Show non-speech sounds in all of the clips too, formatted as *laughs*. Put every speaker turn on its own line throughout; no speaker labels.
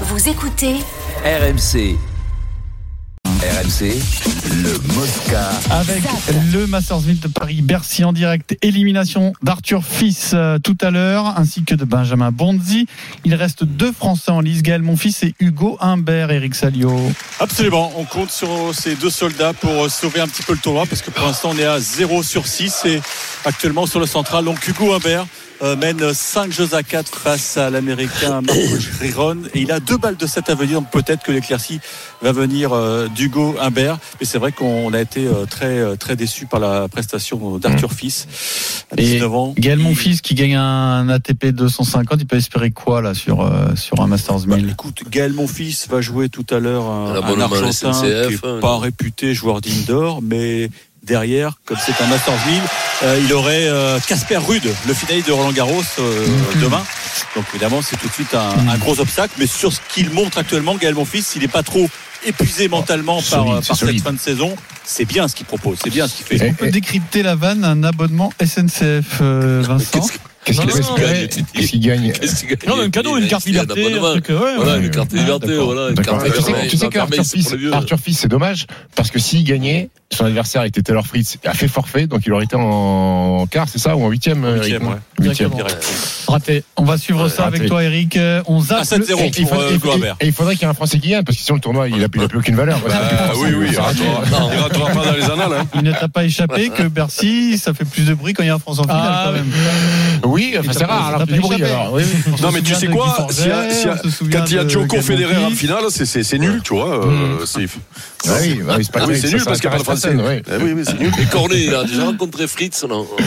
Vous écoutez
RMC. RMC, le Mosca.
avec le Mastersville de Paris-Bercy en direct. Élimination d'Arthur Fils euh, tout à l'heure, ainsi que de Benjamin Bonzi. Il reste deux Français en lice, Gaël Monfils et Hugo Humbert, Eric Salio.
Absolument, on compte sur ces deux soldats pour sauver un petit peu le tournoi parce que pour l'instant on est à 0 sur 6 et actuellement sur le central. Donc Hugo Humbert euh, mène 5 jeux à 4 face à l'américain Marco Giron et il a deux balles de 7 à venir donc peut-être que l'éclaircie va venir euh, d'Hugo Humbert. Mais c'est vrai qu'on a été euh, très euh, très déçu par la prestation d'Arthur Fils à
Et
19 ans.
Gaël Monfils qui gagne un ATP 250, il peut espérer quoi là sur, euh, sur un Masters
Bah,
1000
écoute, Gaël Monfils va jouer tout à l'heure un,
Un
un
abonnement à la
Argentin
SNCF,
qui n'est
hein,
pas réputé joueur d'indoor, mais derrière, comme c'est un Masters 1000, euh, il aurait euh, Casper Rude, le finaliste de Roland Garros euh, demain. Donc évidemment, c'est tout de suite un, un gros obstacle, mais sur ce qu'il montre actuellement, Gaël Monfils, il n'est pas trop épuisé mentalement par,
solide, c'est
par cette
solide.
fin de saison. C'est bien ce qu'il propose, c'est bien ce qu'il fait.
On peut décrypter la vanne, un abonnement SNCF, euh, Vincent.
Qu'est-ce
Non,
qu'il
non,
gagne
Qu'est-ce qu'il gagne
Qu'est-ce qu'il gagne
Non, mais un cadeau, une carte
Il a un
liberté,
abonnement.
un truc, euh, ouais,
Voilà,
ouais.
une carte
Ah,
liberté,
d'accord.
voilà, une
D'accord.
carte
Tu sais-
liberté.
Tu sais
Ça permet,
qu'Arthur
c'est pour
Fils,
les vieux.
Arthur Fils, c'est dommage, parce que s'il gagnait, son adversaire était Taylor Fritz, a fait forfait, donc il aurait été en quart, c'est ça, ou en huitième Eric
Huitième, ouais.
Huitième.
Directement.
Direct.
Raté. On va suivre ça
raté.
avec toi, Eric. Euh, On zappe.
À 7-0
le-
Et il
pour, euh,
faudrait,
Hugo Humbert.
et il faudrait qu'il y ait un Français qui gagne, parce que sinon le tournoi, il n'a plus, il a plus aucune valeur. Voilà.
Ah oui, oui, il
Non.
ratera il ratera pas dans les annales. hein.
Il ne t'a pas échappé que Bercy, ça fait plus de bruit quand il y a un Français en finale
Ah,
quand même.
Oui, enfin,
Et
ça
t'as
va,
pas-
alors
t'as
du
pas
bruit
échappé.
alors. Oui, oui.
On se
Non, mais tu
souvient
sais
de Guy
quoi
Forget,
si y a- si y a-
on se souvient
Quand il y a
de
Djoko
Gaël
Federer en
Monfils.
finale, c'est- c'est c'est nul, tu vois. euh, c'est-
Ah oui, bah oui, c'est pas
Ah oui,
terrible,
c'est
ça,
nul
ça
parce qu'il n'y a pas de
reste
français.
la scène, ouais.
Ah Oui, oui, c'est nul.
Et Cornet, il a déjà rencontré Fritz. Non.
Euh,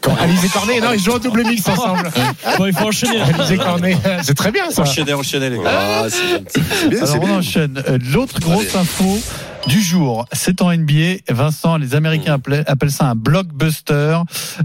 Quand Alizé Cornet, non, ils jouent en double mix ensemble.
Bon, il faut enchaîner.
Alizé Cornet, c'est très bien ça.
Enchaînez, enchaînez les gars.
Ah, c'est gentil.
C'est bien,
Alors
c'est
on
bien.
enchaîne. Euh, L'autre grosse info du jour, c'est en NBA. Vincent, les Américains appellent, appellent ça un blockbuster,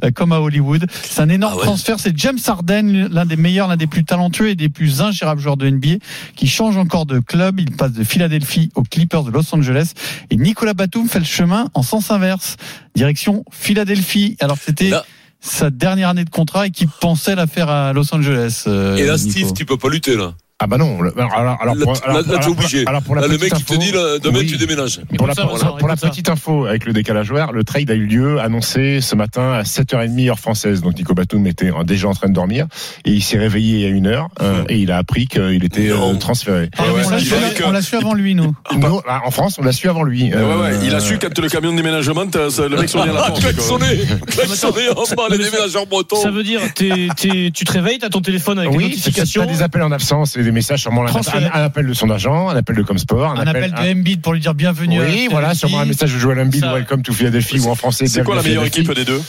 euh, comme à Hollywood. C'est un énorme
Ah ouais.
transfert. C'est James Harden, l'un des meilleurs, l'un des plus talentueux et des plus ingérables joueurs de NBA, qui change encore de club. Il passe de Philadelphie aux Clippers de Los Angeles. Et Nicolas Batum fait le chemin en sens inverse, direction Philadelphie. Alors que c'était
Là-
sa dernière année de contrat et qui pensait la faire à Los Angeles. euh,
Et là,
Nico.
Steve, tu peux pas lutter, là.
Ah bah non, le- alors, alors, alors,
Là,
pour-
t-
alors,
là, là, t'es
alors,
obligé.
alors, pour la
Là, le
petite
mec, il te
info-
dit, là, demain,
Oui.
tu déménages.
Pour la,
Écoute ça,
pour la-
Vincent,
pour la
écoute ça.
petite info avec le décalage horaire, le trade a eu lieu annoncé ce matin à 7h30 heure française. Donc Nico Batum était euh, déjà en train de dormir et il s'est réveillé il y a une heure euh,
Hmm.
et il a appris qu'il était euh,
Non.
transféré.
Ah, mais
Ouais,
on l'a
il
su-
paraît que-
on l'a su avant lui, nous.
Nous, là, en France, on l'a su avant lui.
Ah, Ouais,
Euh,
ouais, il a su quand le camion de déménagement, t'as- ça- le mec sonnait à la
Ah,
porte. quoi.
klaxonner Klaxonner en bas, les
ça-
déménageurs bretons.
Ça veut dire, t'es- t'es- tu te réveilles, t'as ton téléphone avec les
Oui, c'est
notifications.
t'as des appels en absence et des messages, sûrement un,
Transféré.
un- un appel de son agent, un appel de Comsport,
un appel de Embiid pour lui dire bienvenue. à
Oui,
Philadelphie.
voilà, sûrement un message de Joel Embiid,
Ça-
Welcome to Philadelphie ou en français.
C'est quoi la
bienvenue à
meilleure
Philadelphie.
équipe des deux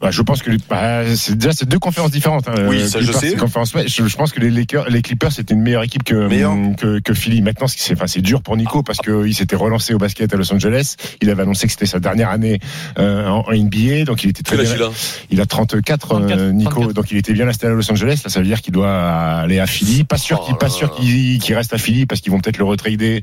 Bah, je pense que les- bah, c'est déjà c'est deux conférences différentes. hein.
Oui,
Euh,
ça, je
Clippers,
sais.
c'est conférence- ouais, je, je pense que les, Lakers- les Clippers c'était une meilleure équipe que
Meilleure.
hum, que, que Philly. Maintenant, ce qui c'est enfin, c'est dur pour Nico parce que il s'était relancé au basket à Los Angeles. Il avait annoncé que c'était sa dernière année euh, en, en NBA, donc il était très
Quel âge il
bien.
a
Il a 34,
34,
euh, Nico,
34.
donc il était bien installé à Los Angeles. Là, ça veut dire qu'il doit aller à Philly. Pas sûr
Oh
qu'il, pas
là
sûr
là.
qu'il, qu'il reste à Philly parce qu'ils vont peut-être le retrader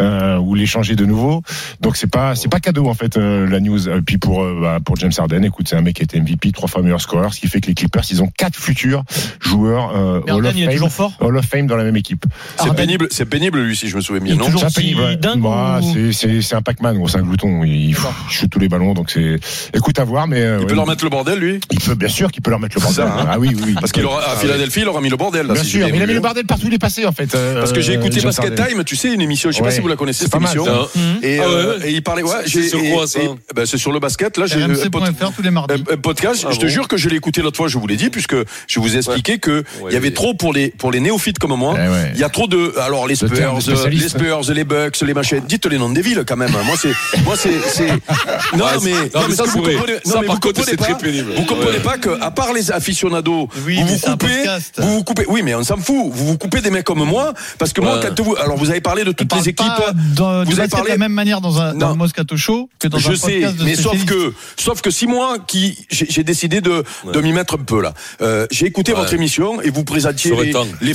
euh, ou l'échanger de nouveau. Donc c'est pas, c'est pas cadeau en fait euh, la news. Et puis pour euh, bah, pour James Harden, écoute, c'est un mec qui était MVP, trois fois meilleur scoreur, ce qui fait que les Clippers, ils ont quatre futurs joueurs euh,
Mais
Hall
Arden,
of
il est
Fame.
toujours fort.
Hall of Fame dans la même équipe.
C'est pénible, c'est pénible, lui, si je me souviens bien,
Il
non
toujours
C'est
si
pénible, ouais.
dingue
Bah,
ou-
c'est, c'est, c'est un Pac-Man, gros, c'est un glouton. Il, il shoot tous les ballons, donc c'est. Écoute à voir, mais euh,
Il peut
ouais,
leur mettre le bordel, lui
il peut bien sûr qu'il peut leur mettre le
C'est
bordel.
ça, hein.
Ah oui, oui, oui.
Parce qu'il aura, à Philadelphie, il aura mis le bordel, là.
Bien
si
sûr,
j'ai
mais il a mis
bien
le
vu.
bordel partout où il est passé en fait. euh,
Parce que j'ai écouté
James
Basket
Harden.
Time, tu sais, une émission, je sais pas
Ouais.
si vous la connaissez,
C'est
cette
pas mal,
émission.
ça.
Mhm.
Et,
Ah ouais,
euh,
ouais.
et il parlait, ouais,
C'est-
j'ai-
c'est sur
et-
quoi, ça
et- ben, C'est sur le basket, là, j'ai un pod-
RMC.fr tous les mardis.
un- un Euh, podcast,
Ah
je te
bon
jure que je l'ai écouté l'autre fois, je vous l'ai dit, puisque je vous ai expliqué que il y
Ouais,
avait
mais-
trop pour les, pour les néophytes comme moi.
Eh ouais.
Il y a trop de, alors les
Le terme
Spurs,
de
euh, les
spécialiste.
Spurs, les Bucks, les machins. Dites les noms des villes quand même. Moi c'est, moi c'est,
*laughs*
c'est, non
Ouais,
mais,
c'est- non, mais
parce
ça,
que
c'est
vous
vrai.
comprenez,
Ça,
non, mais
par contre,
vous comprenez
c'est très
pas-
pénible.
Vous comprenez
Ouais.
pas que, à part les aficionados,
Oui,
vous
mais
vous
c'est un
coupez,
podcast.
vous vous coupez. Oui, mais on s'en fout. Vous vous coupez des mecs comme moi, parce que moi
Ouais.
quand vous, alors vous avez parlé de toutes
parle
les équipes. euh,
pas dans-
vous
du
avez
basket
parlé-
de la même manière dans un, dans
Non.
un Moscato Show que dans
Je
un
sais,
podcast de
mais sauf
spécialistes.
que, sauf que si moi, qui j'ai j'ai décidé de, de m'y mettre un peu là, Euh, j'ai écouté
Ouais.
votre émission et vous présentiez
Sur le
les,
temps.
les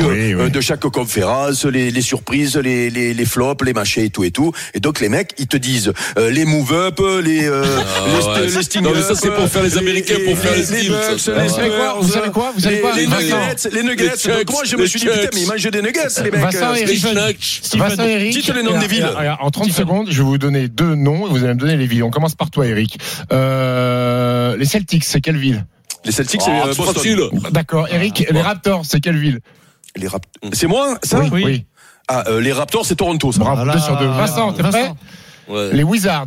Oui,
euh,
oui.
euh, de chaque conférence, les, les surprises, les, les, les flops, les machins et tout et tout. Et donc les mecs, ils te disent euh, les move up, les euh, les, st-
Ah ouais,
les
c'est-
sting
non, mais
up,
ça, c'est pour faire les Américains, pour faire les
les
Steelers,
Bucks,
ça,
les
ça,
ouais.
Spurs,
Vous savez quoi Vous savez quoi
les, les
Vincent
nuggets, les nuggets.
Les Chucks,
Donc moi, je me
les
suis suis dit, putain, mais ils mangent des nuggets, les mecs.
Vincent
euh,
et
Des
Steven.
snacks.
Vincent et Eric.
Dites les noms des villes.
Alors, alors, en 30 secondes, je vais vous donner deux noms et vous allez me donner les villes. On commence par toi, Eric. Euh, les Celtics, c'est quelle ville Ah,
Les Celtics, c'est
Ah,
euh,
c'est
Boston.
facile.
D'accord. Eric, les Raptors, c'est quelle ville
Les Rapt- C'est moi, ça
oui.
Ah, euh, les Raptors, c'est Toronto, ça.
Bravo,
Voilà.
deux sur deux. Vincent, t'es prêt
Vincent.
Ouais.
Les Wizards.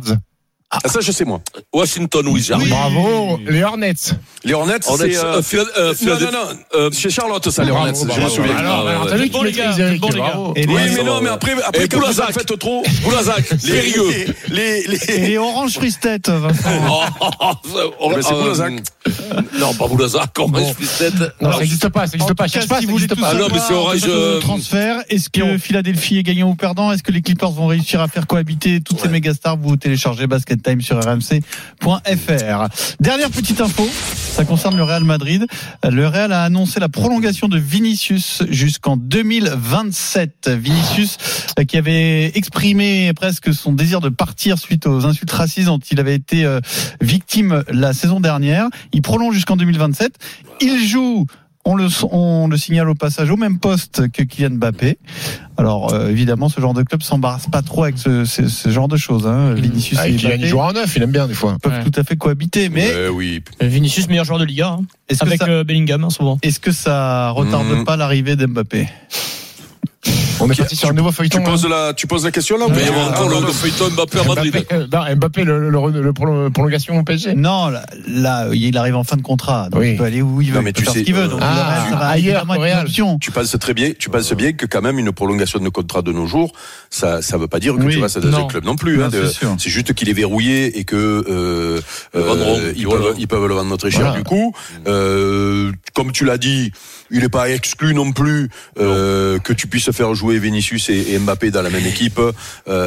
Ah, ça, je sais, moi.
Washington Wizards.
Oui.
Bravo. Les Hornets.
Les Hornets,
On est
c'est. euh,
euh, Phila- euh,
Non,
Philadelphie.
non, non. euh, Chez Charlotte, ça, les
Bravo,
Hornets, je
bravo,
me souviens. Ah
bravo.
Alors,
Ouais,
alors,
ouais,
t'as
ouais.
vu qu'il
Bon, les gars,
maîtrise, Eric.
bon, les gars.
Bravo.
Et
Oui,
les,
mais non, mais après, après
Et
quand vous la
Boulazac.
faites trop.
Boulazac, Sérieux.
Les. les,
et
les...
les orange fristet, Vincent.
Oh, oh, oh, oh,
Ben, c'est
euh,
Boulazac.
Non, pas Boulazac, Orange
Bon.
Fristet.
Non, ça n'existe pas, ça n'existe pas. Cherche pas,
si
ça
vous voulez
n'existe
tout
Ah
pas.
non, mais
savoir,
c'est Orange,
sur le
euh,
transfert, est-ce que
Piron.
Philadelphie est gagnant ou perdant Est-ce que les Clippers vont réussir à faire cohabiter toutes ces méga stars Vous téléchargez Basket Time sur rmc.fr. Dernière petite info, ça concerne le Real Madrid. Le Real a annoncé la prolongation de Vinicius jusqu'en 2027. Vinicius euh, qui avait exprimé presque son désir de partir suite aux insultes racistes dont il avait été euh, victime la saison dernière. Il prolonge jusqu'en 2027. Il joue, on le, on le signale au passage, au même poste que Kylian Mbappé. Alors euh, évidemment, ce genre de club s'embarrasse pas trop avec ce, ce- ce genre de choses. Hein. Vinicius
Ah,
et
et Kylian, il
Mbappé
jouera en neuf, il aime bien des fois.
peuvent
Ouais.
tout à fait cohabiter, mais
Euh, oui.
Vinicius, meilleur joueur de Liga, hein,
est-ce que,
avec
ça-
euh, Bellingham, hein, souvent.
est-ce que ça retarde
Mhm.
pas l'arrivée
*laughs*
d'Mbappé
On est parti sur un nouveau feuilleton.
Tu poses, la, tu poses la question là ou
Il va y
pas
avoir encore le feuilleton Mbappé à
hein.
Madrid.
Mbappé, euh, Ah, non, Mbappé, le, le, le- le prolong- prolongation au PSG.
Non, là, là, il arrive en fin de contrat, donc
Oui.
il peut aller où il veut,
Non, mais
il peut
tu
faire
sais,
ce qu'il veut.
euh,
Donc
Ah,
le Real, ça va
ailleurs
évidemment
qu'au
être une
Real.
option.
Tu penses très bien, tu penses bien que quand même une prolongation de contrat de nos jours, ça ça veut pas dire que
Oui,
tu vas dans
non.
un club non plus.
Non,
hein, de-
c'est sûr.
c'est juste qu'il est verrouillé et que euh,
Le
euh,
vendront,
ils,
voilà.
peuvent, ils peuvent le vendre très cher.
Voilà.
Du coup, euh, comme tu l'as dit, il est pas exclu non plus euh, que tu puisses faire jouer Vinicius et, et Mbappé dans la même équipe,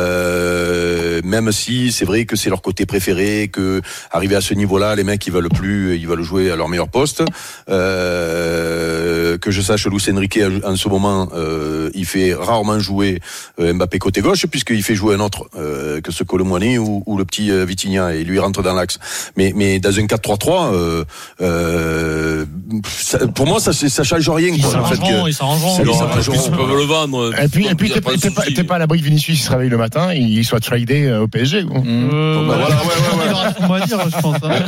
euh, même si c'est vrai que c'est leur côté préféré, que arrivé à ce niveau-là, les mecs ils veulent plus, ils veulent jouer à leur meilleur poste. Euh, que je sache, Luis Enrique en ce moment, euh, il fait rarement jouer euh, Mbappé côté gauche puisqu'il fait jouer un autre euh, que ce Colomboigny ou, ou le petit euh, Vitinha et lui rentre dans l'axe. Mais mais dans un 4-3-3, euh, euh, ça- pour moi ça ça change rien.
Ils
quoi, le fait
s'arrangeront,
que-
ils s'arrangeront.
c'est
Non,
leur
en plus,
arrangeront.
Ils peuvent le vendre.
Et
Il y
puis, et
euh, a
puis, t'es
pas de
t'es pas,
souci.
t'es pas à l'abri que Vinicius il se réveille le matin, il soit tradé euh, au PSG. gros.
Bah, voilà, ouais, ouais, ouais. *laughs*
Il aura son mot à dire, je pense. hein.